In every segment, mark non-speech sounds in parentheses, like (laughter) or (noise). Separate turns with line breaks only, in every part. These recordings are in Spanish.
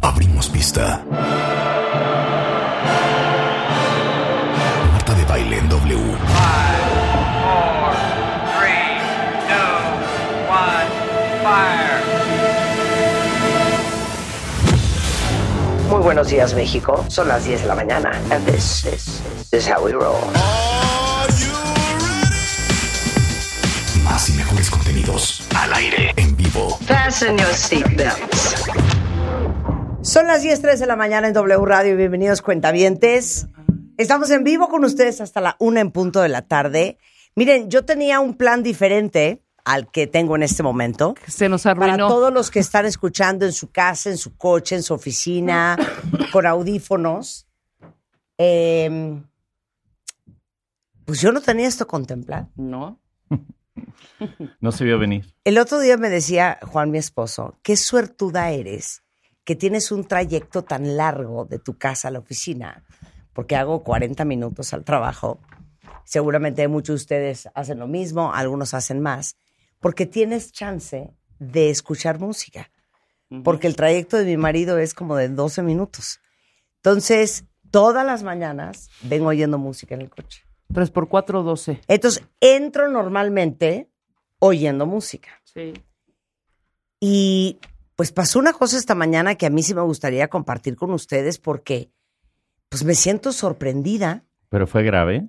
Abrimos pista. Marta de baile en W.
Five, four, three, two, one, fire.
Muy buenos días, México. Son las 10 de la mañana. And this is, this is how we roll.
Más y mejores contenidos. Al aire. En vivo.
Fasten your seatbelts. Son las 10.03 de la mañana en W Radio y bienvenidos cuentavientes. Estamos en vivo con ustedes hasta la una en punto de la tarde. Miren, yo tenía un plan diferente al que tengo en este momento.
Se nos
Para
arruinó.
todos los que están escuchando en su casa, en su coche, en su oficina, con audífonos. Eh, pues yo no tenía esto contemplado.
No.
No se vio venir.
El otro día me decía Juan, mi esposo, qué suertuda eres que tienes un trayecto tan largo de tu casa a la oficina, porque hago 40 minutos al trabajo. Seguramente muchos de ustedes hacen lo mismo, algunos hacen más, porque tienes chance de escuchar música, porque el trayecto de mi marido es como de 12 minutos. Entonces, todas las mañanas vengo oyendo música en el coche.
3 por 4, 12.
Entonces, entro normalmente oyendo música.
Sí.
Y pues pasó una cosa esta mañana que a mí sí me gustaría compartir con ustedes porque pues me siento sorprendida.
Pero fue grave.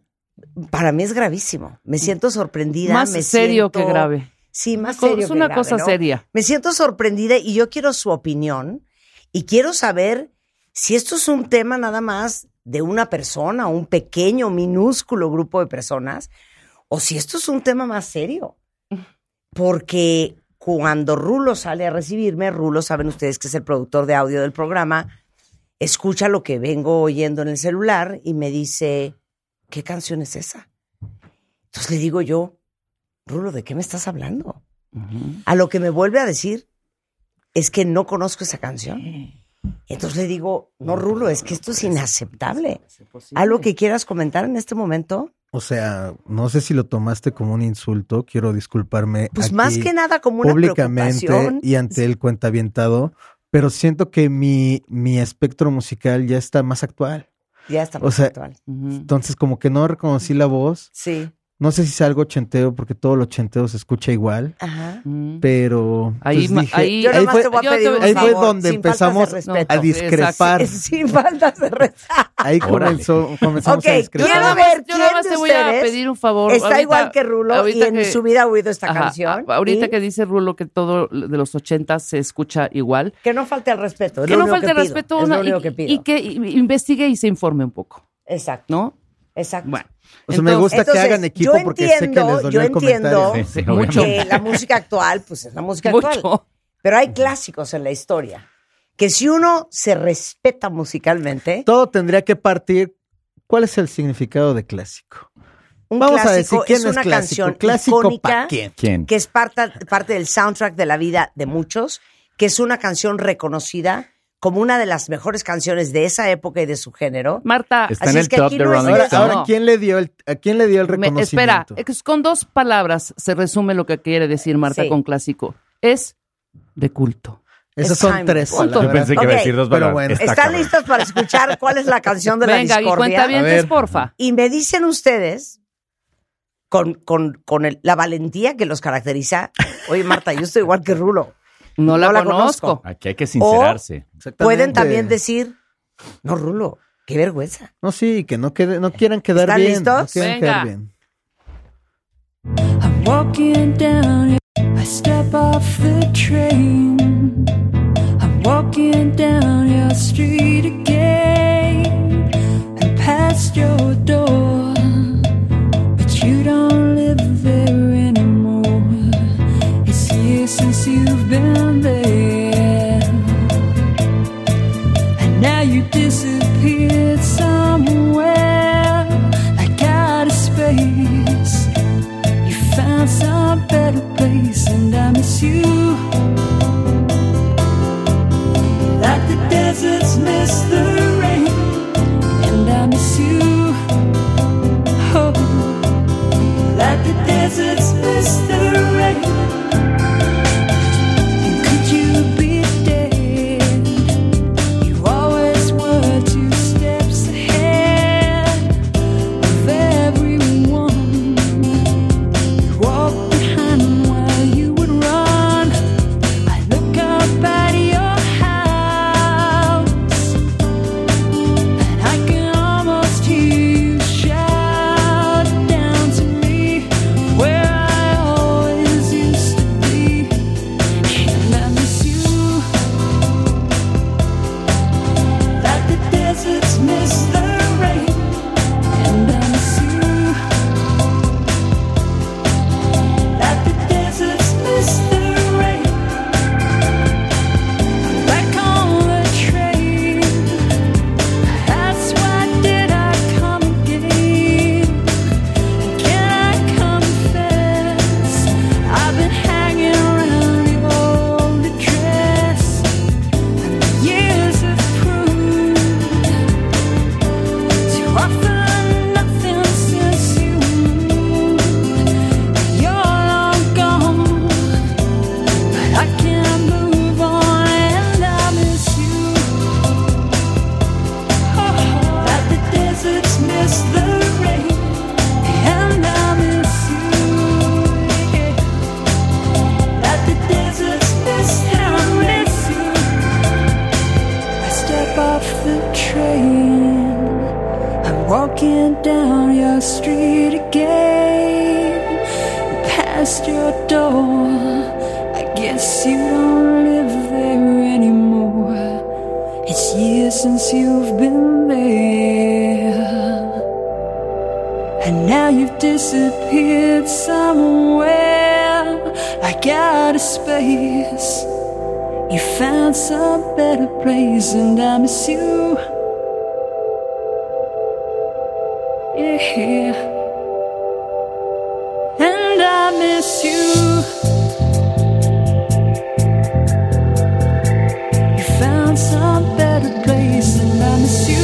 Para mí es gravísimo. Me siento sorprendida.
Más
me
serio
siento-
que grave.
Sí, más
Co-
serio.
es
que
una
grave,
cosa
¿no?
seria.
Me siento sorprendida y yo quiero su opinión y quiero saber si esto es un tema nada más de una persona, un pequeño, minúsculo grupo de personas, o si esto es un tema más serio. Porque cuando Rulo sale a recibirme, Rulo, saben ustedes que es el productor de audio del programa, escucha lo que vengo oyendo en el celular y me dice, ¿qué canción es esa? Entonces le digo yo, Rulo, ¿de qué me estás hablando? A lo que me vuelve a decir es que no conozco esa canción. Entonces le digo, no, Rulo, es que esto es inaceptable. ¿Algo que quieras comentar en este momento?
O sea, no sé si lo tomaste como un insulto, quiero disculparme.
Pues
aquí
más que nada como una
públicamente
preocupación.
y ante el cuentavientado, pero siento que mi, mi espectro musical ya está más actual.
Ya está
o sea-
actual.
Ujú.
Entonces, como que no reconocí la voz.
Sí.
No sé si es algo ochenteo, porque todo lo ochenteo se escucha igual,
Ajá.
Ujú.
pero
Ahí
pues
ma-
dije,
ahí-
Yo nomás
fue-
te voy a
yo
pedir
te-
un
ahí fue
favor,
donde
sin faltas de
empezamos
respeto.
a
(laughs)
discrepar.
Sin faltas de respeto.
Ahí
Órale.
comenzó, comenzamos
Ok,
a
Yo
quiero
discrepar.
nada
ver
más, yo
quién
nada más
de
te voy a
ustedes
pedir un favor. (laughs)
Está
Ahorita-
igual que Rulo y
ahorita
en
que-
su vida ha oído esta
Ajá.
canción.
A- Ahorita
y
que dice Rulo que todo de los 80 se escucha igual.
que no falte el respeto. es
Que
lo
no
único
falte el
pido,
respeto
Es
una-
lo único
y,
que pido.
y que i- investigue y se informe un poco,
Exacto,
¿no?
exacto.
Bueno.
O sea, Pues me gusta que
Entonces,
hagan equipo
yo
porque sé que
entiendo-
les dolió
yo
el comentario.
entiendo-
Sí, sí,
eh, Mucho.
obviamente.
que la música actual, pues es la música Eh, actual.
mucho.
Pero hay clásicos en la historia que si uno se respeta musicalmente,
Todo tendría que partir. ¿Cuál es el significado de clásico?
un
Vamos
clásico
a decir quién
es
es,
una
clásico.
canción
clásico
icónica
pa' quién.
¿Quién?
que es parte, parte del soundtrack de la vida de muchos, que es una canción reconocida como una de las mejores canciones de esa época y de su género.
Marta,
Está
así
en
es
el
que
top
aquí
de
no es-
Rolling
Ahora,
Stone.
ahora, ¿quién le dio el, ¿a quién le dio el
me- espera,
reconocimiento?
es- con dos palabras se resume lo que quiere decir Marta
Sí.
con clásico. Es de culto.
Esas
Time.
son tres.
Punto.
Yo pensé que iba a
Ok,
decir dos
pero
palabras.
bueno.
Está
¿Están
cabrón.
listos para escuchar cuál es la canción de la
Venga, y
discordia?
cuenta bien,
A ver.
porfa.
Y me dicen ustedes, con, con, con el- la valentía que los caracteriza, oye Marta, yo estoy igual que Rulo.
No la,
No la
conozco.
conozco.
Aquí hay que sincerarse.
Exactamente.
Pueden también decir, no Rulo, qué vergüenza.
Eh, No, sí, que no, quede, no quieran quedar
¿Están
bien. No
listos?
quieran
Venga.
quedar bien.
I'm walking down, I step off the train. I'm walking down your street again and past your door. But you don't live there anymore. It's years since you've been there. And now you disappeared somewhere like out of space. You found some better place, and I miss you. Like the Oh, walking down your street again, past your door. I guess you don't live there anymore. It's years since you've been there. And now you've disappeared somewhere like out of space. You found some better place, and I miss you. Yeah. And I miss you. You found some better place, and I miss you.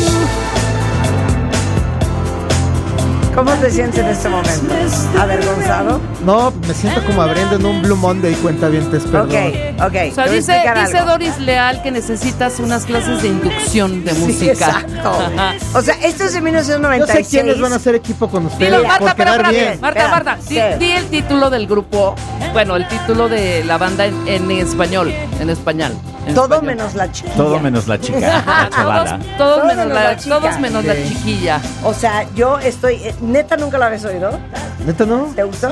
¿Cómo te sientes en este momento? ¿Avergonzado?
No, me siento como abriendo en un Blue Monday cuenta bien, te espero.
Ok, ok. te
O sea,
voy a
dice,
explicar
dice
algo.
Doris Leal que necesitas unas clases de inducción de música.
Sí, exacto. O sea, esto es de
Yo
1996.
sé quiénes van a hacer equipo con
(laughs)
ustedes
Dilo, Marta,
por
pero
quedar
espérame.
bien.
Marta,
Espera,
Marta, di,
sí.
di el título del grupo, bueno, el título de la banda en, en español, en español. en
Todo
español.
menos la chiquilla.
Todo menos la chica, la chavala.
Todos, todos
Todo
menos
Oh, menos
la,
la chica.
todos menos la chiquilla.
O sea, yo estoy. eh, Neta, nunca la habías oído.
¿Neta no?
¿Te gustó?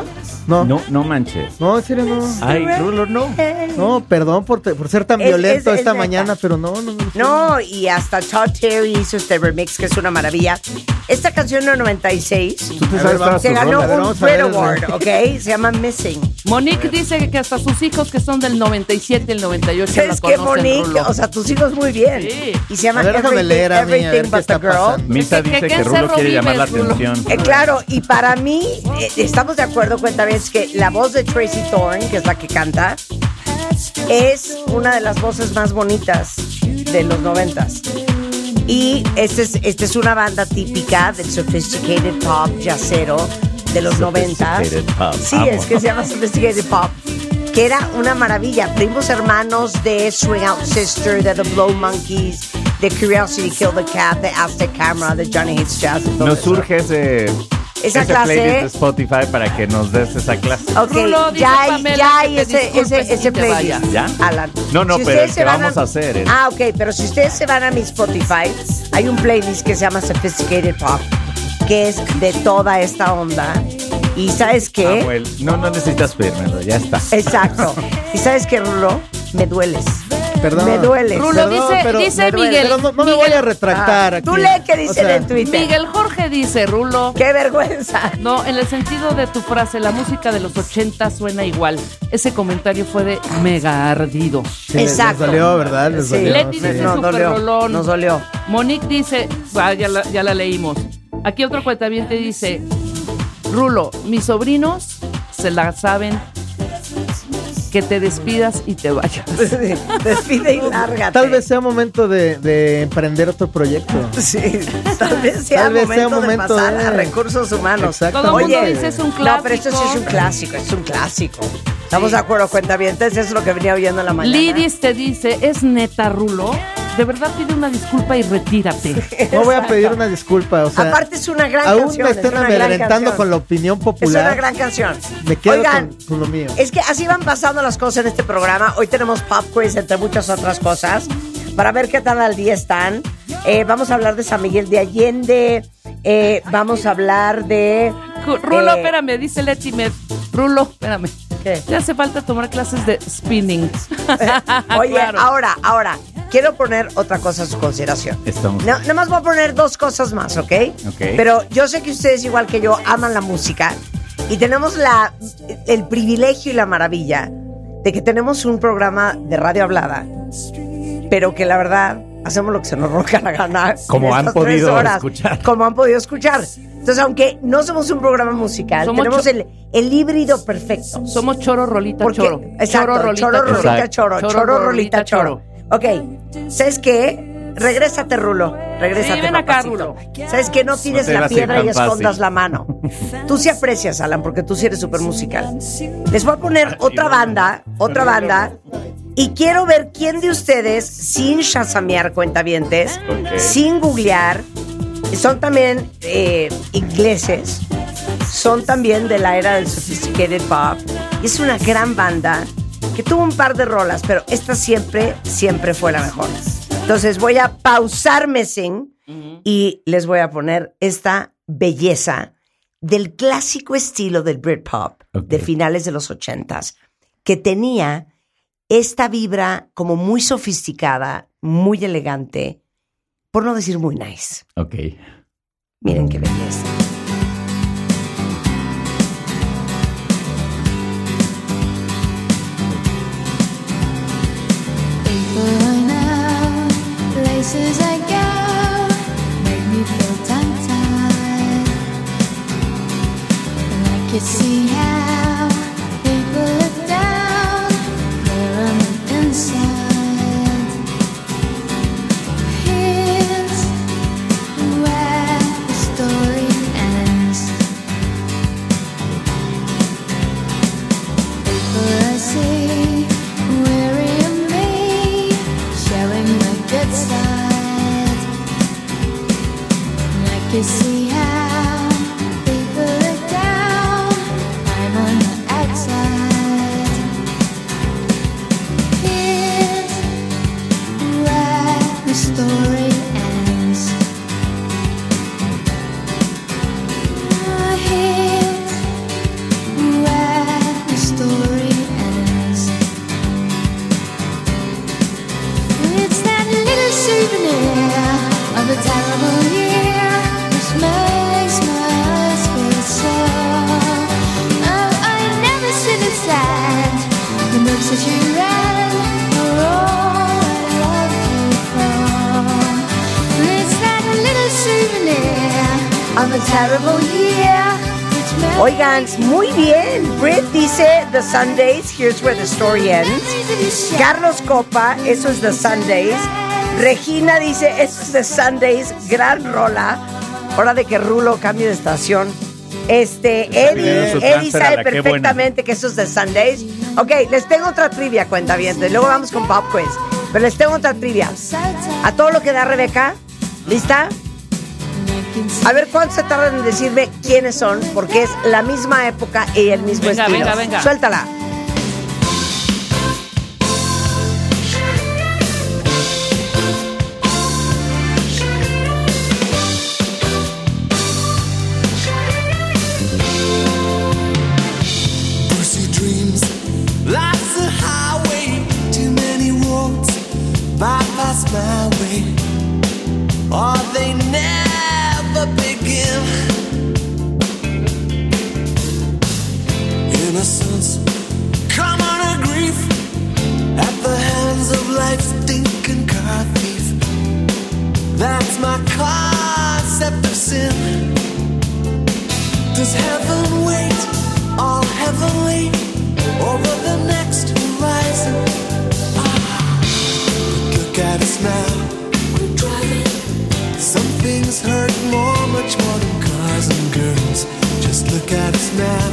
No. No,
No, no manches.
en serio no.
Ay, Rulo, no.
No, perdón por, te- por ser tan
Es-
violento
es- es
esta
neta.
mañana, pero no, no, no.
No, y hasta Todd Terry hizo este remix, que es una maravilla. Esta canción del 96
Tú te
A
sabes
ver,
todas
se
tus
ganó
rolas.
rola, a ver,
un
vamos a ver
Brit
el-
Award, ¿ok? Se llama Missing.
Monique dice que hasta sus hijos que son del 97 y el 98 la
Es que
conocen,
Monique,
Rulo.
o sea, tus hijos muy bien.
Sí.
Y se llama
A ver, déjame
Everything,
leer a mí, a ver
Everything
qué
But
está
the Girl.
pasando.
Misa
¿Qué- qué-
dice
qué
que Rulo
encerro
quiere llamar la
vives, Rulo?
atención.
Eh, claro, y para mí, eh, estamos de acuerdo, cuenta es que la voz de Tracy Thorne, que es la que canta, es una de las voces más bonitas de los noventas. Y esta es, esta es una banda típica del sophisticated pop jazzero de los noventas.
Sophisticated pop,
Sí,
amo.
es que se llama sophisticated pop. Que era una maravilla. Primos hermanos de Swing Out Sister, de The Blow Monkeys, de Curiosity Kill the Cat, de Aztec Camera, de Johnny Hates Jazz. y todo
Nos
eso.
surge ese,
Esa
ese
clase.
playlist de Spotify para que nos des esa clase.
Ok,
Rulo, dice
ya hay,
Pamela que
ya hay
te
ese,
disculpes
ese,
y
ese
te
playlist.
vayas.
¿Ya?
Alan.
No, no, pero
ustedes
el
se
que
van
vamos a hacer es-
Ah, ok, pero si ustedes se van a mi Spotify, hay un playlist que se llama Sophisticated Pop, que es de toda esta onda. Y ¿sabes qué?
Samuel, no, no necesitas pedírmelo, ya está.
Exacto. ¿Y sabes qué, Rulo? Me dueles.
Perdón.
Me dueles.
Rulo,
Perdón,
dice-
pero-
dice
me duele.
Miguel-
Pero no, no me
Miguel-
voy a retractar
Ah,
aquí.
Tú lee qué dicen
O sea,
en Twitter.
Miguel Jorge dice, Rulo,
Qué vergüenza.
No, en el sentido de tu frase, la música de los 80 suena igual. Ese comentario fue de mega ardido.
sí, les-
Exacto.
Les dolió, ¿verdad? Les
Sí.
dolió,
Leti dice
Nos
super
dolió,
rolón.
nos dolió.
Monique dice, ah, ya, la, ya la leímos. Aquí otro cuentaviente dice, Rulo, mis sobrinos se la saben que te despidas y te vayas.
(laughs) Despide y lárgate.
Tal vez sea momento de, de emprender otro proyecto.
(laughs) Sí, tal vez sea
Tal vez
momento,
sea momento
de pasar
de-
a recursos humanos.
Exacto.
Todo el mundo
Oye,
dice es un
No, pero
clásico.
esto sí es un clásico, es un clásico. Estamos de acuerdo, cuenta bien. Entonces, eso es lo que venía oyendo en la mañana.
Lidis te este dice, es neta, Rulo. De verdad pide una disculpa y retírate.
No voy a pedir una disculpa, o sea,
Aparte, es una gran
aún
canción.
me
es
estén
una gran
amedrentando
canción.
con la opinión
Es una
popular.
gran canción.
Me quedo
Oigan,
con, con lo mío.
Es que así van pasando las cosas en este programa. Hoy tenemos pop quiz, entre muchas otras cosas, para ver qué tan al día están. Eh, vamos a hablar de San Miguel de Allende. eh, vamos a hablar de.
(laughs) Rulo,
eh,
espérame, dice Leti, me- Rulo, espérame.
¿Qué?
Te hace falta tomar clases de
(laughs)
spinning.
Eh, Oye,
Ah,
ah,
Claro.
ahora, ahora, quiero poner otra cosa a su consideración.
Estamos.
No, nada más voy a poner dos cosas más, ¿ok?
Ok.
Pero yo sé que ustedes, igual que yo, aman la música y tenemos la, el privilegio y la maravilla de que tenemos un programa de radio hablada, pero que la verdad hacemos lo que se nos ronca la gana.
Como
en
han
estas tres
podido escuchar.
Como han podido escuchar. Entonces, aunque no somos un programa musical,
Somos
tenemos
cho-
el, el híbrido perfecto.
Somos choro, rolita,
Porque,
choro.
Exacto, choro, rolita, choro,
choro. Exacto.
choro, choro, rolita, choro. Ok, ¿sabes qué? Regrésate, Rulo. Regrésate,
Sí, ven acá,
papacito. ¿Sabes qué? No tires
te va
la
a ser
piedra
tan
y escondas
fácil.
la mano. Tú sí aprecias, Alan, porque tú sí eres súper musical. Les voy a
Ah,
poner otra banda, otra banda. Y quiero ver quién de ustedes, sin chasamear cuentavientes,
Ok.
sin googlear, son también eh, ingleses son también de la era del sophisticated pop. Y es una gran banda que tuvo un par de rolas, pero esta siempre, siempre fue la mejor. Entonces voy a pausar Messing y les voy a poner esta belleza del clásico estilo del Britpop
Ok.
de finales de los ochentas, que tenía esta vibra como muy sofisticada, muy elegante, por no decir muy nice.
Ok.
Miren qué belleza.
Places I go make me feel tongue-tied, and I could see how people look down there on the inside. Here's where the story ends. I see weary of me, showing my good side. And I can see how people are down. I'm on the outside. Here's where the story ends. Here's where the story ends. It's that little souvenir of a terrible year which makes my eyes feel sore. Oh, I never should have said the books that you read were all I loved you for. It's that little souvenir of a terrible year which makes
Oigan, muy bien. Brit dice The Sundays, here's where the story ends. Carlos Copa, eso es The Sundays. Regina dice, eso es The Sundays, gran rola. Hora de que Rulo cambie de estación. Este, Eddie,
pidiendo su transfer a
Eddie sabe
la que buena.
perfectamente que eso es The Sundays. Ok, les tengo otra trivia, cuenta bien. Luego vamos con Pop Quiz. Pero les tengo otra trivia. A todo lo que da Rebeca, ¿lista? A ver cuánto se tardan en decirme quiénes son, porque es la misma época y el mismo
Venga,
estilo.
venga, venga.
Suéltala.
Pussy dreams, life's a highway. Too many roads bypass my way. Or they never begin. Innocence, common or grief. At the hands of life's stinking car thief. That's my concept of sin. Does heaven wait, all heavenly, over the next horizon? Ah, but look at us now. We're driving. Some things hurt more, much more than cars and girls. Just look at us now.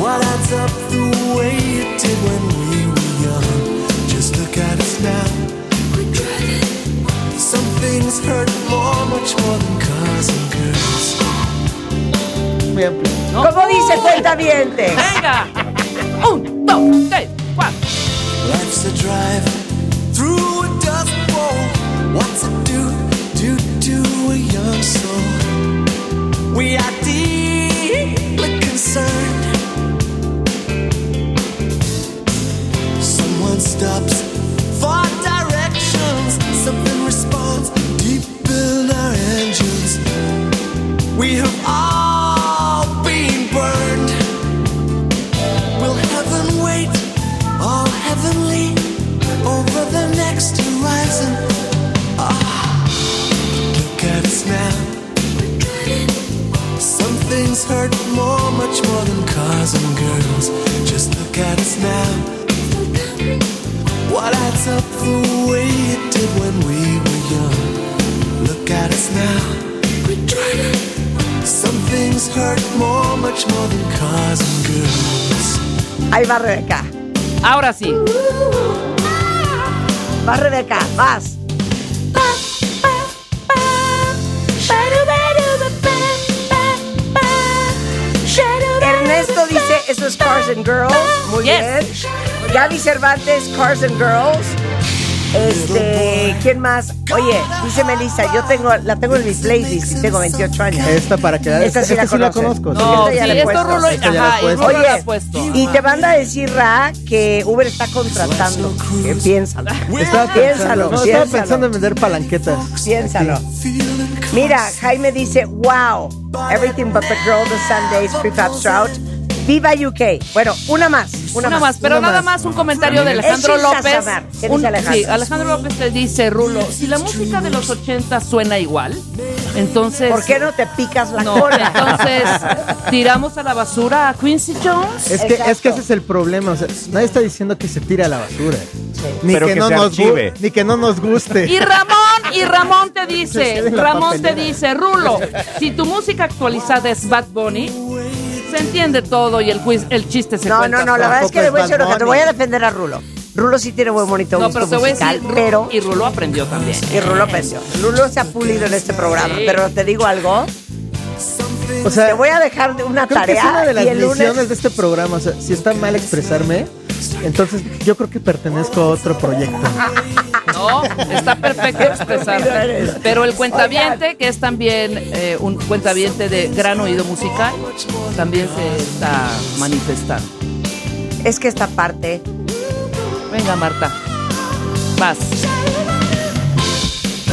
What adds up the way it did when we were young? Just look at us now. We're driving. Some things hurt more, much more than cars and girls.
No.
Como dice cuenta viente.
Venga. Un, dos, tres, cuatro.
Life's a drive through a dust bowl. What's it do, do to a young soul? We are deeply concerned. Someone stops for directions. Something responds deep in our engines. We have all been burned. Will heaven wait, all heavenly, over the next horizon? Ah, look at us now. Some things hurt more, much more than cars and girls. Just look at us now. What adds up the way it did when we were young? Look at us now. Some things hurt more, much more than cars and girls.
Ahí va Rebeca.
Ahora sí.
Va Rebeca, vas. Ernesto dice, eso es Cars and Girls. Muy
Yes.
bien. Gaby Cervantes, Cars and Girls. Este, ¿quién más? Oye, dice Melissa, yo tengo, la tengo en mi playlist y tengo 28 años.
Esta para que la
Esta sí la
esta
conoces.
conozco.
No,
Esta
sí,
ya la he
esto
puesto,
Rulo,
esta ya la
ajá,
he
y
puesto.
Rulo la
Oye,
ha puesto.
y te van a decir, Ra, que Uber está contratando. Que piénsalo.
Estaba
Piénsalo,
pensando, no, estaba
piénsalo.
pensando en vender palanquetas.
Piénsalo. Mira, Jaime dice, wow, everything but the girl, the Sundays, prefab Stroud. Viva UK. Bueno, una más, una,
Una, más, pues. pero
una
nada
más.
más un comentario de Alejandro
Ese es
López.
Sazamar. ¿Qué dice Alejandro?
sí, Alejandro López te dice, Rulo, si la música de los 80 suena igual, entonces...
¿Por qué no te picas la
No,
cola?
entonces tiramos a la basura a Quincy Jones.
Es que, es
Exacto.
que ese es el problema. o sea, nadie está diciendo que se tira a la basura. Ni,
Pero
que
que
no
se
nos gu-
archive.
ni que no nos
Y
guste.
Ramón, y Ramón te dice,
queda en la
Ramón te
papelera.
dice, Rulo, si tu música actualizada es Bad Bunny, se entiende todo y el quiz, el chiste se
(laughs) No,
cuenta
no, no, la
solo.
verdad es que
Tampoco
le voy a
es
decir una
Bad
cosa, te voy a
Bunny.
defender a Rulo. Rulo sí tiene buen bonito
No,
gusto
pero te voy a
musical,
decir, Ru-
pero
y Rulo aprendió también.
y Rulo aprendió. Rulo se ha pulido en este programa,
Sí.
pero te digo algo,
O sea,
te voy a dejar de una
creo que
tarea
es una de las
y el
misiones
lunes
de este programa. O sea, si está mal expresarme, entonces yo creo que pertenezco a otro proyecto.
No, está perfecto expresar. Pero el cuentaviente, que es también eh, un cuentaviente de gran oído musical, también se está manifestando.
es que esta parte
Venga, Marta. Vas.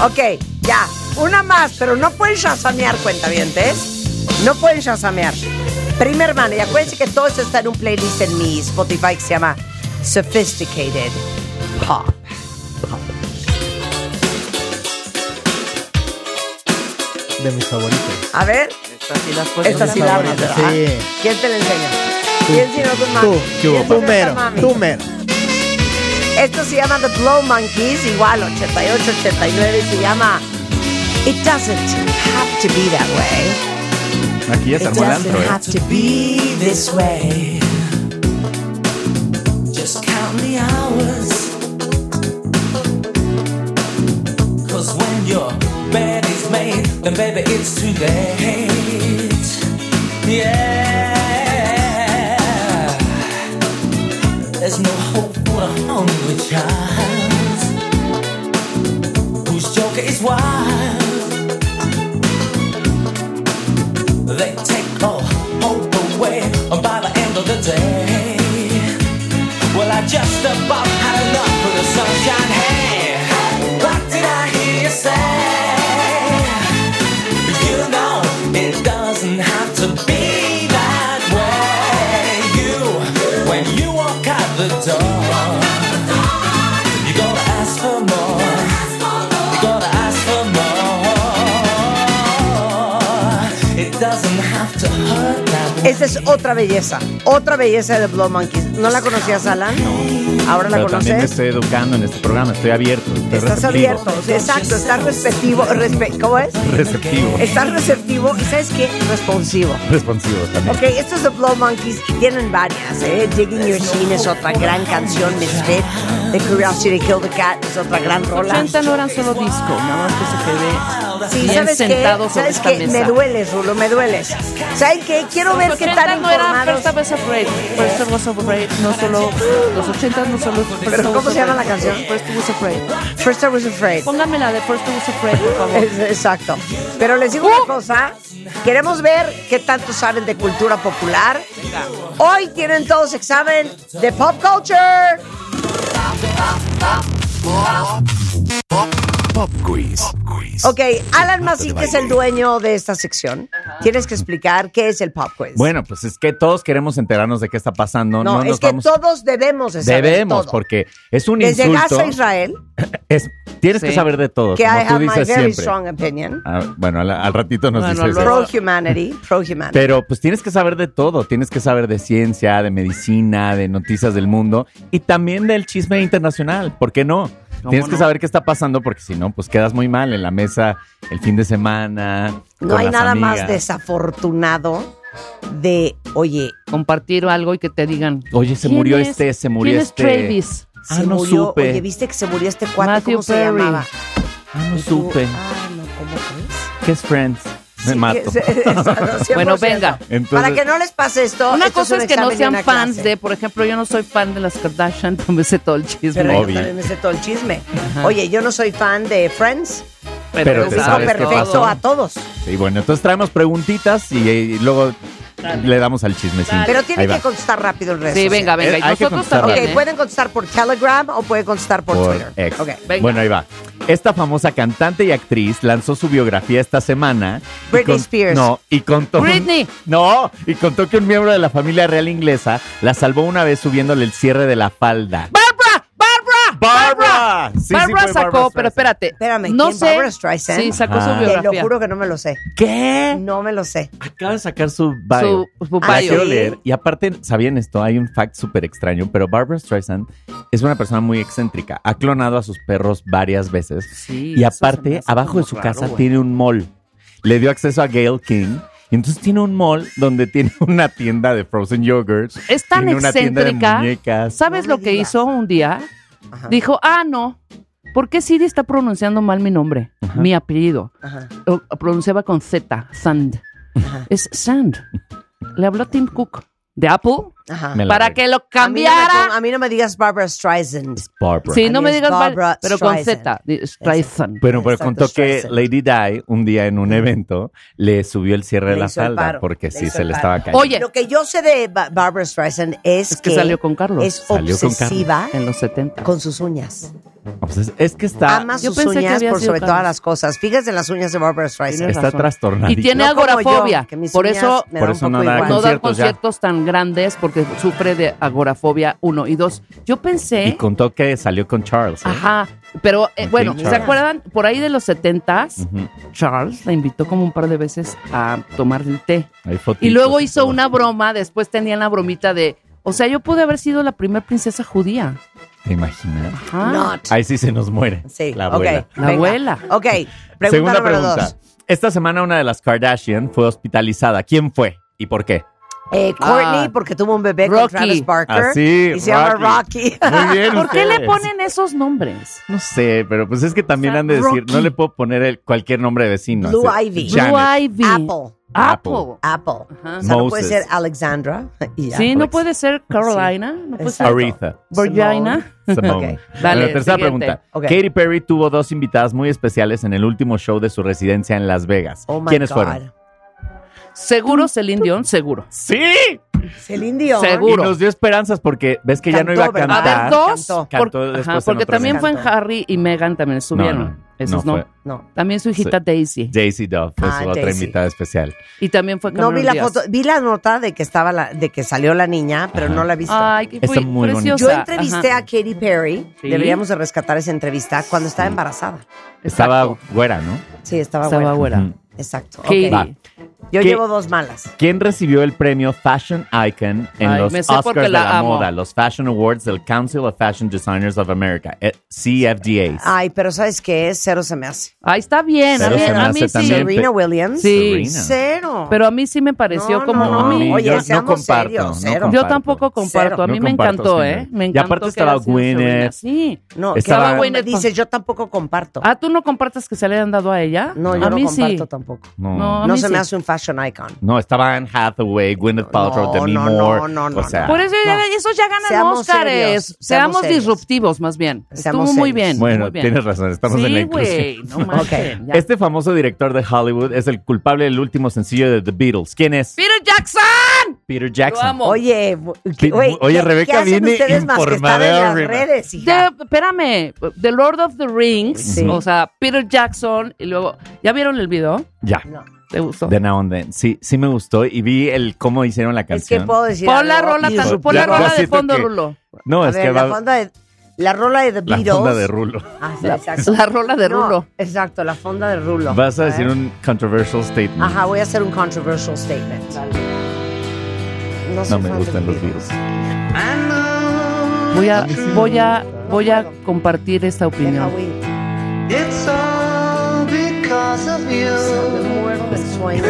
Ok, ya. Una más, pero no pueden shazamear, cuentavientes. No pueden shazamear. Primer hermano, y acuérdense que todo esto está en un playlist en mi Spotify que se llama Sophisticated Pop.
De mis favoritos.
A ver,
Esta sí la puedes
esta sí
hablar.
la
favorita,
amas, ¿verdad?
sí.
¿Quién te la enseña? ¿Quién si no tu mami?
Tú,
¿Quién si no
tú
tu
mero,
mami?
tú mero.
Esto se llama The Blow Monkeys, igual 88, 89, se llama It Doesn't Have to Be That Way.
Aquí ya se
It
armó el
doesn't
antro, ¿eh?
have to be this way.
Just count the hours. Cause when your bed is made, then baby it's too late. Yeah. There's no hope for a hungry child whose joker is wild. They take all hope away by the end of the day. Well, I just about had enough for the sunshine. Hey, what did I hear you say? You know it doesn't have to be that way. You, when you walk out the door, you're gonna ask for more. You're gonna ask for more. It doesn't have to hurt that way.
Esa es otra belleza, otra belleza de Blood Monkeys. ¿No la conocías, Alan? ¿Ahora la
Pero también me
conoces?
estoy educando en este programa, estoy abierto. Estoy
Estás
receptivo.
abierto, exacto, estás receptivo, respe- ¿cómo es?
Receptivo.
Estás receptivo y ¿sabes qué? Responsivo.
Responsivo también.
Ok, esto es The Blow Monkeys y tienen varias, ¿eh? Digging Your Scene es otra gran canción, Misfit, The Curiosity Kill the Cat es otra gran rola.
80 no eran solo disco, nada más que se quede
Sí,
bien
¿sabes qué?
sentado sobre
¿Sabes
esta
qué?
mesa.
Me dueles, Rulo, me dueles. ¿Saben qué? Quiero ver
Los
qué
80
tan
no era
informados...
First I Was Afraid. First I Was Afraid, no solo. Los 80 no solo. First I
¿Pero
Was
cómo se llama la
Afraid.
canción?
First I Was Afraid.
First I Was Afraid.
Póngame la de First I Was Afraid, por
(laughs)
favor.
Es- Exacto. Pero les digo una cosa, queremos ver qué tanto saben de cultura popular. Hoy tienen todos examen de pop culture.
Pop quiz. Pop quiz.
Ok, Alan
de
Masí, que es el
baile.
dueño de esta sección, tienes que explicar qué es el pop quiz.
Bueno, pues es que todos queremos enterarnos de qué está pasando. No,
no,
nos
es que
vamos-
todos debemos de saber
Debemos,
todo.
porque es un
Desde
insulto.
Gaza, Israel,
Es- tienes que
Sí.
saber de todo,
que I
como tú
have my very
dices siempre.
strong opinion.
Ah, bueno, al, al ratito nos
Bueno,
dices
luego-
eso.
Pro humanity, pro humanity.
Pero pues tienes que saber de todo, tienes que saber de ciencia, de medicina, de noticias del mundo y también del chisme internacional, ¿por qué no?
¿Cómo
Tienes que
no?
saber qué está pasando porque si no, pues quedas muy mal en la mesa el fin de semana.
No
con
hay
las
nada más
amigas.
desafortunado de, oye,
Compartir algo y que te digan.
Oye, se
¿quién
murió
es-
este, se murió
¿quién
este.
Es Travis?
Ah,
se
no
murió,
supe.
oye, viste que se murió este cuate,
Matthew
¿cómo se
Perry.
llamaba?
Ah, no
Y tú,
supe.
Ah, no, ¿cómo crees?
¿Qué es Friends? me mato.
eh,
Bueno, venga.
Para
Entonces-
que no les pase esto.
Una
esto
cosa
un
es que no
examen y una
sean fans
clase.
de, por ejemplo, yo no soy fan de las Kardashian, (laughs) no me sé todo el chisme.
Pero yo
Obvio.
también me sé todo el chisme. Oye, yo no soy fan de Friends.
Pero
tú
te
Ubico
sabes qué
perfecto
pasó.
a todos.
Y bueno, entonces traemos preguntitas y, eh, luego le damos al chismecito.
Pero
Ahí
tiene
va.
que contestar rápido el resto.
Sí, venga, venga.
Eh, hay
Y
que
nosotros
contestar
también.
Ok,
rápido.
¿eh?
pueden contestar por Telegram o pueden contestar por,
por
Twitter.
ex.
Ok.
Venga.
Bueno, ahí va. Esta famosa cantante y actriz lanzó su biografía esta semana. y
Britney
con-
Spears.
No, y contó.
Britney.
no, y contó que un miembro de la familia real inglesa la salvó una vez subiéndole el cierre de la falda.
¡Bárbara! ¡Bárbara!
¡Bárbara! Sí, sí
Bárbara
fue
sacó,
Bárbara
pero
Streisand. Ah.
espérate.
Espérame,
no
¿quién?
sé.
¿Bárbara Streisand?
Sí, sacó su
Ajá.
Te lo
biografía.
juro que no me lo sé.
¿Qué?
No me lo sé.
Acaba de sacar su bio.
Su, su
La
bio.
quiero leer. Y aparte, ¿sabían esto? Hay un fact súper extraño, pero Barbara Streisand es una persona muy excéntrica. Ha clonado a sus perros varias veces.
Sí,
Y
eso se me
aparte,
hace
abajo
como
de su
raro,
casa
güey.
tiene un mall. Le dio acceso a Gail King. Y entonces tiene un mall donde tiene (laughs) una tienda de frozen yogurts.
Es tan
tiene una tienda de
excéntrica.
muñecas.
¿Sabes
No me
lo que
digas.
hizo un día?
Ajá.
Dijo, ah, no. ¿Por qué Siri está pronunciando mal mi nombre?
Ajá.
Mi apellido.
Ajá.
O- pronunciaba con Z, Sand.
Ajá.
Es Sand. Le habló a Tim Cook de Apple
Ajá.
Ah, Me la
para
regué.
que lo
A mí no me pon-
cambiara.
A mí no me digas Barbara Streisand.
Barbara.
Sí, no
A mí
me
es
digas mal,
Barbra
pero con
Streisand.
Z. di- Streisand.
Bueno, pero
Exacto,
contó que
Streisand.
Lady Di un día en un evento le subió el cierre
Le
de la
hizo el
falda
paro,
porque
le
sí
hizo
se
el
le
paro.
estaba cayendo.
Oye,
Lo que yo sé de Ba- Barbara Streisand es,
es que salió con Carlos
es
Salió con
obsesiva
en los 70.
con sus uñas.
Pues es, es que está,
Ama
yo
sus
pensé que
uñas
había
por
sido
sobre
Carlos.
todas las cosas. Fíjense en las uñas de Barbara Streisand.
Tienes
está
razón.
trastornadita.
Y tiene
No como
agorafobia.
yo, que mis
por
uñas
eso
me
por
dan un
eso
poco
no da
igual.
Pues no dar
conciertos ya.
conciertos tan grandes porque sufre de agorafobia, uno. Y dos, yo pensé...
Y contó que salió con Charles. ¿eh?
¿Eh? Ajá, pero eh,
Con
bueno,
King
¿se
Charles.
acuerdan? Por ahí de los 70s,
Ujú.
Charles la invitó como un par de veces a tomar el té.
Hay fotitos
Y luego hizo
todo.
una broma, después tenían la bromita de, o sea, yo pude haber sido la primer princesa judía.
¿Te imaginas?
Ajá.
Not.
Ahí sí se nos muere.
Sí,
La
ok,
abuela.
La
venga.
abuela.
Ok, pregunta
Segunda
número
pregunta.
dos.
Esta semana una de las Kardashian fue hospitalizada. ¿Quién fue y por
(laughs)
qué?
Eh, Courtney,
Ah.
porque tuvo un bebé con
Rocky.
Travis Barker.
Así,
y se llama
Ah, Rocky.
Rocky.
Muy bien.
¿Por qué le
ustedes.
ponen esos nombres?
No sé, pero pues es que también
O sea,
han de decir,
Rocky.
no le puedo poner el- cualquier nombre de vecino.
Blue
Así,
Ivy.
Janet.
Blue Ivy.
Apple.
Apple.
Apple.
Apple.
Ajá.
O sea, no puede
Moses.
ser Alexandra. y
Sí, no
Alex.
puede ser Carolina, no puede ser
Exacto.
Aretha.
Virginia.
Simone.
Ok.
Dale,
la tercera
siguiente.
pregunta.
Ok.
Katy Perry tuvo dos invitadas muy especiales en el último show de su residencia en Las Vegas.
Oh my
¿Quiénes
God.
fueron?
Seguro Celine Dion, seguro.
¡Sí!
Celine Dion.
Seguro.
Y nos dio esperanzas porque ves que ya no iba a
Cantó, ¿verdad?
A ver,
cantar.
dos.
Cantó.
por-
Cantó después
ajá,
en
porque
otro
también fue en
evento.
Harry y Meghan, también estuvieron. Esos no.
fue.
No.
También su hijita Daisy.
Daisy Dove fue
Ah,
su otra
Daisy.
invitada especial.
Y también fue
No
Cameron
vi la
Díaz.
foto, vi la nota de que estaba la, de que salió la niña, pero
Ajá.
no la he visto.
Ay, qué
Está
fue
muy bonito.
preciosa.
Yo entrevisté
Ajá.
a Katy Perry,
Sí.
deberíamos de rescatar esa entrevista cuando estaba embarazada.
Estaba
Exacto.
güera, ¿no?
Sí, estaba,
Estaba
buena.
güera.
Ujú.
Exacto.
Katy.
ok.
Va.
Yo
¿Qué?
llevo dos malas.
¿Quién recibió el premio Fashion Icon en
Ay,
los
me sé
Oscars
porque
de
la
la
amo.
moda, los Fashion Awards del Council of Fashion Designers of America, eh, CFDAs?
Ay, pero ¿sabes qué? Cero se me hace.
Ay, está bien.
Pero
a mí,
se me
a mí
hace
sí.
también.
Serena
pe-
Williams.
Sí.
Serena.
Cero.
Pero a mí sí me pareció
No,
como.
no, no.
mami,
Oye,
yo
seamos
comparto,
serios,
no
cero.
Yo
comparto.
tampoco comparto.
Cero.
A mí
No
me
comparto,
encantó,
señor.
¿eh? Me
Y
encantó.
aparte
que
estaba
haya sido
Gwyneth.
Serena. Sí.
no, que
estaba-
ahora
Gwyneth
dices, yo tampoco comparto.
Ah, tú no compartas que se le hayan dado a ella.
no,
a
yo no
mí
comparto
sí.
tampoco.
No.
No.
No.
A
No
mí
se
sí.
me hace un fashion icon.
estaba Anne Hathaway, Gwyneth Paltrow,
No,
Demi
no, no,
Moore.
no, no,
o sea,
no.
Por eso ya,
No.
esos ya ganan
Seamos
Óscares.
serios,
Seamos,
seamos serios.
disruptivos, más bien.
Seamos
Estuvo muy
serios.
bien.
bueno,
muy bien.
tienes razón, estamos en la
Sí,
inclusión.
güey.
(laughs)
No manchen, ya.
Este famoso director de Hollywood es el culpable del último sencillo de The Beatles. ¿Quién es?
¡Peter Jackson!
Peter Jackson.
Lo amo.
Oye, bu- que-
Sí,
oye,
oye,
¿qué-
Rebeca
¿qué hacen
viene
ustedes más que estar en
informada,
las
Rebeca.
redes, hija?
De- Pues, espérame, The Lord of the Rings,
Sí.
Mm.
o sea, Peter Jackson, y luego, ¿ya vieron el video?
Ya.
No.
¿Te gustó?
De Now and Then. Sí, sí me gustó y vi el cómo hicieron la
Es que
canción.
puedo decir
Pon la
algo
rola,
disruptivo.
tan- pon la
Ya- ya
rola de
este
siento
fondo,
que-
Rulo.
no,
A
es
ver,
que
la,
va
fonda de, la rola de The
la
Beatles.
fonda de Rulo.
Ah, sí,
La-
exacto.
la rola de
No,
Rulo.
exacto, la fonda de Rulo.
Vas a
ver.
decir un controversial statement.
Ajá, voy a hacer un controversial statement. soy
No me
fan
gustan
de
los virus.
Voy a, voy a, voy a compartir esta
Deja,
opinión.
güey.
It's all because of
Me
you.
muero de sueño.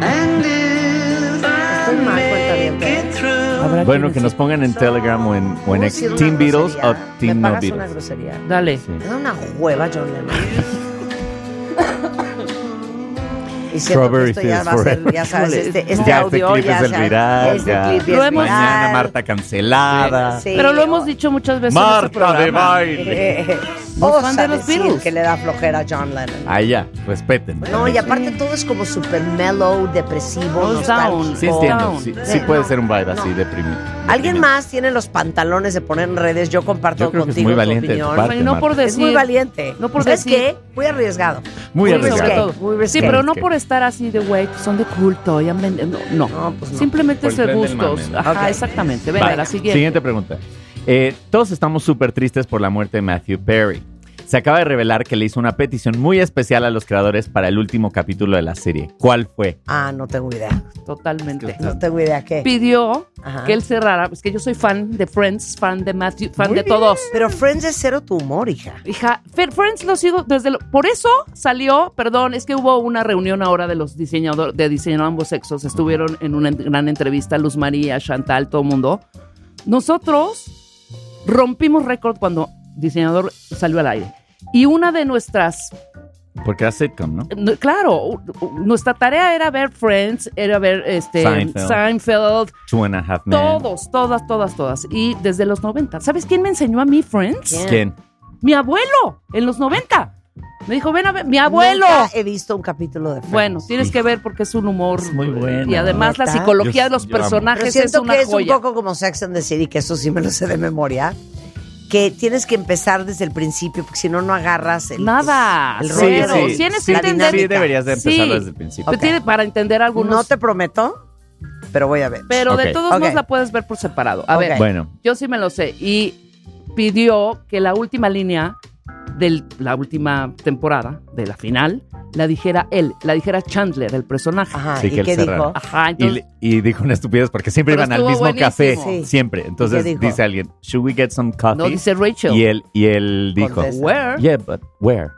And if I
Estoy mal,
make
cuentaviente.
it through,
Bueno,
Habrá quienes
que nos pongan en Telegram o en, o en
¿Puedo
ex-
decir una
Team Beatles
grosería?
o Team
Me
No
pagas una
Beatles.
grosería.
sí. Dale.
Sí. (laughs)
Me da una hueva, John Lennon. Y siento que
Strawberry
esto ya
Fields
va a ser,
Forever.
ya sabes,
Híjole,
este, este
ya
audio
este clip
ya
es del
sabes,
viral.
este
ya.
clip es
Lo hemos-
Mañana
viral.
Marta cancelada.
Sí,
Pero lo
o-
hemos
(laughs)
dicho muchas veces. en este
Marta
programa.
de baile.
Eh,
Muy fan
osa
de los
decir
Beatles.
que le da flojera a John Lennon.
Ah, ya, respeten.
No, y aparte todo es como super mellow, depresivo,
No,
nostálgico.
down.
Sí entiendo, sí,
Down.
sí
No,
puede
no,
ser un baile así
no.
deprimido.
¿Alguien
Deprimido.
más tiene los pantalones de poner en redes? Yo comparto
Yo creo que es
contigo
muy
tu
valiente de tu
opinión.
parte.
Y no por
Marta.
decir.
Es muy valiente.
No por
¿Sabes
decir-
qué? Muy arriesgado.
Muy
Sí, sobre
arriesgado.
todo.
Muy
Sí,
risqué.
pero no
Sí.
por estar así de, güey, pues, son de culto, ya me- no, no.
No, pues no.
Simplemente
Por
es
el
de
tren del
gustos.
mame.
Ajá,
Ok.
exactamente. Venga,
Vale.
la siguiente.
pregunta. Eh, todos estamos súper tristes por la muerte de Matthew Perry. Se acaba de revelar que le hizo una petición muy especial a los creadores para el último capítulo de la serie. ¿Cuál fue?
Ah, no tengo idea.
Totalmente.
No tengo idea qué.
Pidió
Ajá.
que él cerrara, pues que yo soy fan de Friends, fan de Matthew, fan de todos.
Pero Friends es cero tu humor, hija.
Hija, Fer- Friends lo sigo desde lo- por eso salió, perdón, es que hubo una reunión ahora de los diseñadores de diseño de ambos sexos, estuvieron en una en- gran entrevista Luz María, Chantal, todo el mundo. Nosotros rompimos récord cuando diseñador salió al aire. Y una de nuestras,
Porque era sitcom, ¿no?
no, claro, u- u- nuestra tarea era ver Friends, era ver este
Seinfeld.
Seinfeld,
Two and a half men.
todos, todas, todas, todas y desde los 90. ¿Sabes quién me enseñó a mí Friends?
¿Quién?
Mi abuelo, en los 90. Me dijo, ven a ver, mi abuelo.
Nunca he visto un capítulo de Friends.
Bueno, tienes que ver porque es un humor.
Es muy bueno.
Y además la
¿Neta?
psicología de
Yo-
los
yo amo.
Pero
personajes es
siento
una
que es
joya.
un poco como Sex and the City, que eso sí me lo sé de memoria. Que tienes que empezar desde el principio, porque si no, no agarras el.
Nada,
el
cero.
rollo.
Sí, Tienes que
la
entender-
Sí,
dinámica.
deberías de empezarlo
Sí.
desde el principio.
Te tiene para entender algunos.
pues, No te prometo, pero voy a ver.
Pero de
Ok.
todos modos
Ok.
la puedes ver por separado. A ver,
Ok.
Bueno,
yo sí me lo sé. Y pidió que la última línea de la última temporada, de la final, la dijera él, la dijera Chandler, el personaje. Ajá,
Ajá,
Sí,
¿y
que el
qué
cerrado.
dijo?
y,
entonces.
le- y dijo una estupidez porque siempre
Pero
iban al
estuvo
mismo café.
buenísimo.
Sí.
Siempre. Entonces
dijo?
dice alguien, ¿should we get some coffee?
No dice Rachel.
y él, y él dijo,
Contesta.
Where?
yeah, but where?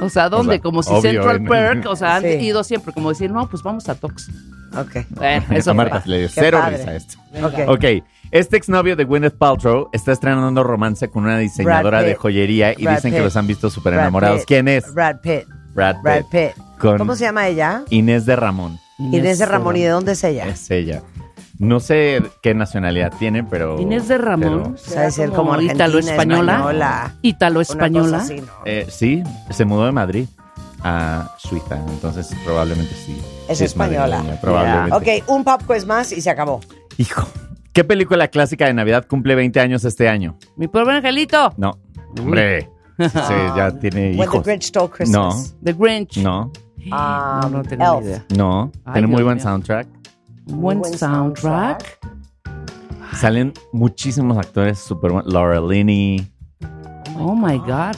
O sea,
O
¿dónde?
sea,
como si
obvio,
Central
en-
Perk, o sea, han
Sí.
ido siempre, como decir, no, pues vamos a Tox.
Ok.
(laughs)
Bueno,
Eso
eso
Marta le dio
Qué
cero
padre.
risa a esto.
Ok.
Ok, este exnovio de Gwyneth Paltrow está estrenando romance con una diseñadora
Brad Pitt.
de joyería y
Brad
dicen que
Pitt.
los han visto súper
Brad
enamorados.
Pitt.
¿Quién es?
Brad Pitt.
Brad Pitt.
Brad Pitt.
Con
¿Cómo se llama ella?
Inés de Ramón.
Inés de Ramón. ¿Y de dónde es ella?
Es ella. No sé qué nacionalidad tiene, pero...
Inés de Ramón.
pero,
Sabe ser como argentina,
Ítalo-española.
española. Una
Ítalo-española.
cosa así, ¿no?
eh, sí, se mudó de Madrid a Suiza, entonces probablemente sí.
Es
sí
española.
madrileña, probablemente.
Ok, un pop quiz más y se acabó.
Hijo. ¿Qué película clásica de Navidad cumple 20 años este año?
Mi pobre angelito.
No. Hombre. Sí,
(laughs)
ya tiene
When the
hijos.
Grinch Stole Christmas.
The Grinch.
No,
Um,
No, no tengo
Elf.
ni idea.
no.
Ay,
tiene muy
Dios
buen
mío.
soundtrack.
Buen
Buen
soundtrack.
Salen muchísimos actores super buenos. Laura Linney.
Oh my God.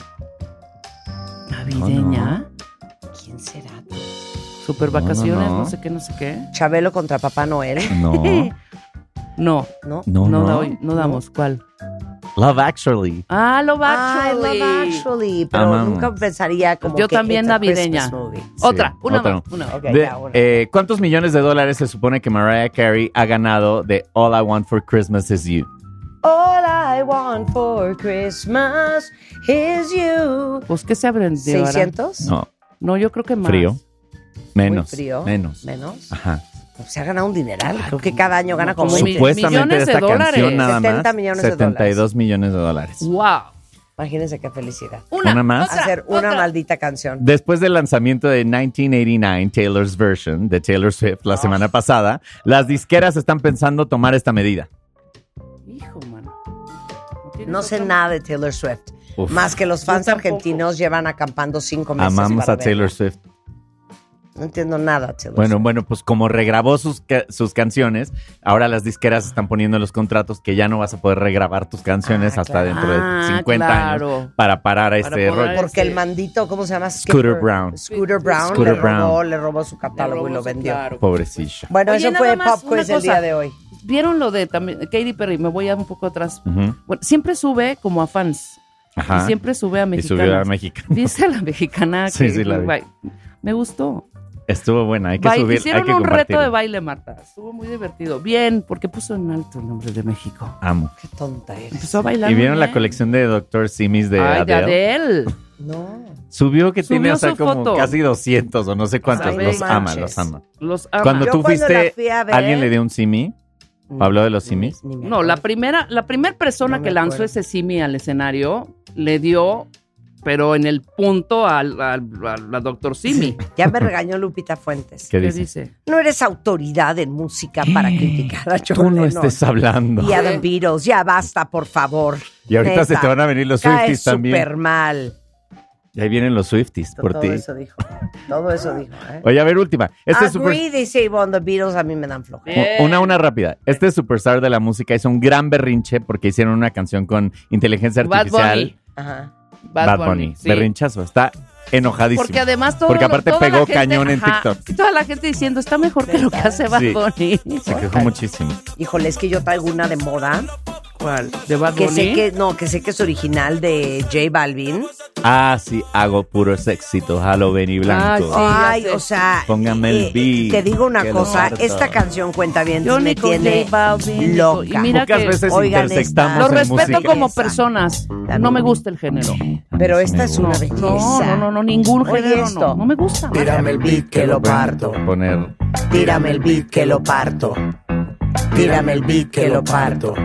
Navideña.
¿Quién será?
Super vacaciones,
No,
no,
no, no.
sé qué, no sé qué.
Chabelo contra Papá Noel,
No,
(laughs)
No,
¿no?
no,
no,
Oh, no.
doy- no damos. ¿Cuál?
Love Actually.
Ah, Love
Ay,
Actually.
Love Actually, pero
Amamos.
nunca pensaría como
Yo
que
también
it's a
navideña.
Christmas movie.
Otra,
Sí,
una
otra.
más. Una. más.
Ok,
De-
ya, bueno.
eh, ¿Cuántos millones de dólares se supone que Mariah Carey ha ganado de All I Want for Christmas Is You?
All I want for Christmas is you.
Pues, ¿qué se aprendió? Ara?
¿600?
No,
No, yo creo que más.
frío. Menos.
Muy frío.
Menos.
Menos.
Ajá.
Se ha ganado un dineral. Creo que cada año gana como
Ah, Como
veinte.
Supuestamente
millones de
esta
dólares.
canción nada
70
más.
millones de
72 millones de dólares.
Wow.
Imagínense qué felicidad.
Una,
Una más.
otra,
Hacer una
otra.
maldita canción.
Después del lanzamiento de 1989 Taylor's Version de Taylor Swift la semana pasada, las disqueras están pensando tomar esta medida.
Hijo, mano. No tienes
No sé
otra
nada de Taylor Swift.
Uf.
Más que los fans
Yo tampoco.
argentinos llevan acampando cinco meses.
Amamos
para
a Taylor
verla.
Swift.
No entiendo nada, de Taylor
Bueno,
Swift.
bueno, pues como regrabó sus, ca- sus canciones, ahora las disqueras están poniendo en los contratos que ya no vas a poder regrabar tus canciones
Ah,
hasta
claro.
dentro de 50 años
claro.
para parar a este
parar
rollo.
Porque
este-
el mandito, ¿cómo se llama?
Scooter Brown.
Scooter Brown,
Scooter
le, robó,
Brown.
le robó su
Le robó
catálogo y lo
su-
vendió.
claro.
Pobrecillo.
Bueno,
Oye,
eso
nada
fue
más
Pop Quiz
una
el día
cosa.
de hoy.
¿Vieron lo de también Katy Perry? Me voy a un poco atrás.
Ujú.
Bueno, siempre sube como a fans.
Ajá.
Y siempre sube a
Y
mexicanos.
subió a México.
(laughs) Dice la mexicana que
Sí, sí, la vi.
Bye. me gustó.
(laughs) Estuvo buena, hay que
Bye.
subir,
Hicieron
hay que
un
compartir.
reto de baile, Marta. Estuvo muy divertido. Bien, porque puso en alto el nombre de México.
Amo.
Qué tonta eres.
Empezó a bailar.
¿Y
muy
vieron la
bien.
colección de Doctor Simis de
Ay,
Adele?
de Adele.
No.
Subió que
Subió
tiene, o sea,
su
como
foto.
casi 200 o no sé cuántos.
Ay, no
los ama,
manches.
los ama.
Los ama.
Cuando
Yo
tú
cuando la
fuiste,
fui a ver-
¿alguien le dio un simi? ¿O habló de los simis?
Mm. Ni me
No, la
acuerdo.
primera, la primera persona
No me
que lanzó
acuerdo.
ese simi al escenario le dio, pero en el punto al, al- al- a doctor Simi.
Ya me regañó Lupita Fuentes.
¿Qué
¿Qué
dice?
dice?
No eres autoridad en música para criticar a John
Tú no
Lennon.
estés hablando.
Y
¿Eh?
a The Beatles, ya basta, por favor.
Y ahorita se te van a venir los
Caes
Swifties también.
súper mal.
Y ahí vienen los Swifties por
Todo
ti.
eso Ah, dijo. Todo eso dijo. ¿eh?
Oye, a ver, última. Este es super...
Agree, dice Ivonne, The Beatles a mí me dan floja.
Bien.
Una, una rápida. Este superstar de la música hizo un gran berrinche porque hicieron una canción con inteligencia
Bad
artificial.
Bunny.
Ajá.
Bad Bunny.
sí.
Berrinchazo. Está enojadísimo.
Porque además todo
Porque aparte
toda la
pegó
gente-
cañón en
ajá,
TikTok.
y Toda la gente diciendo, está mejor que lo que hace Bad
Sí.
Bunny.
Se quejó muchísimo.
Híjole, es que yo traigo una de moda
¿Cuál? ¿De Bad
que
Bunny?
sé que, no, que sé que es original de J Balvin.
Ah, sí, hago puros éxitos. Halloween y blanco.
Ah, sí. ya
Ay,
sé.
o sea, eh,
Póngame el beat,
te digo una
que lo
cosa,
parto.
esta canción cuenta bien,
Yo ni
me
con
tiene
J Balvin, ni con- y
loca.
mira-
Pocas
que-
veces
Oigan,
intersectamos
Lo
en
respeto
música.
como
Ah, Esa.
personas. No me gusta el género.
Pero
Sí,
esta
me
es una
gusta.
No,
belleza.
no, no, no, ningún
Oye,
género
esto.
no. No me gusta.
Tírame el beat
que lo parto.
Poner.
Tírame el beat que lo parto. Tírame el beat que lo parto.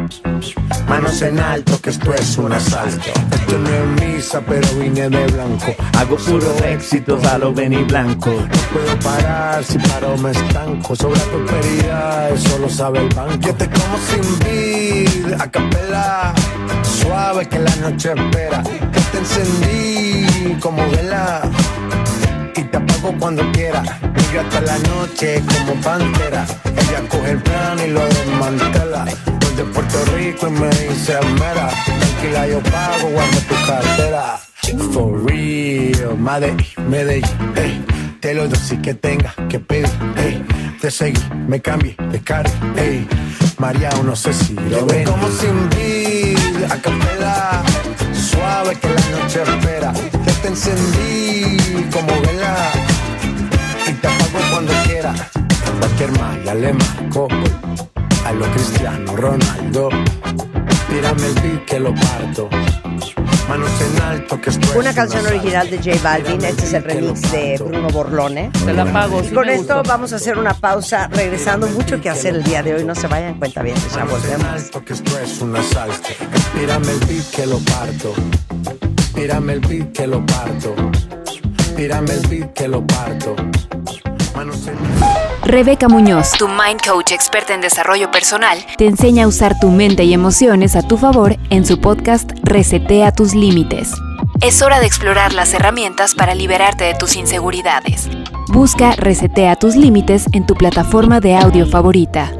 Manos en alto, que esto es un asalto. Esto no es misa, pero vine de blanco.
Hago puros éxitos. Halloween y blanco.
No puedo parar, si paro me estanco. Sobre prosperidad, eso lo sabe el banco. Yo te como sin vid, a capela. Suave que la noche espera. Que te encendí como vela. Y te apago cuando quiera. Migra hasta la noche como pantera. Ella coge el plan y lo desmantela. Voy de Puerto Rico y me dice mera. Tranquila, yo pago, guarda tu cartera. For real, madre, Medellín, ey. Te lo doy si que tenga que pedir, ey. Te seguí, me cambié de carril, ey. María, no sé si lo ven. Como sin vida, a capela. Suave que la noche espera. Ya te encendí como vela. Y te apago cuando quiera. Cualquier malla le marco. A lo Cristiano Ronaldo. Tírame el beat que lo parto. Manos en alto que esto es
Una
un
canción
asalto.
original de J Balvin,
Tírame
este es el
beat que lo
remix de
parto.
Bruno Borlone.
Te la pago.
Y
sí
con
me
esto
gustó.
vamos a hacer una pausa, regresando mucho que hacer el día de hoy, no se vayan cuenta bien, ya
Manos en
volvemos.
alto que esto es un asalto. Tírame el beat que lo parto. Tírame el beat que lo parto. Tírame el beat que lo parto. Manos en alto.
Rebeca Muñoz
Tu mind coach experta en desarrollo personal
te enseña a usar tu mente y emociones a tu favor en su podcast Resetea tus límites.
Es hora de explorar las herramientas para liberarte de tus inseguridades.
Busca Resetea tus límites en tu plataforma de audio favorita.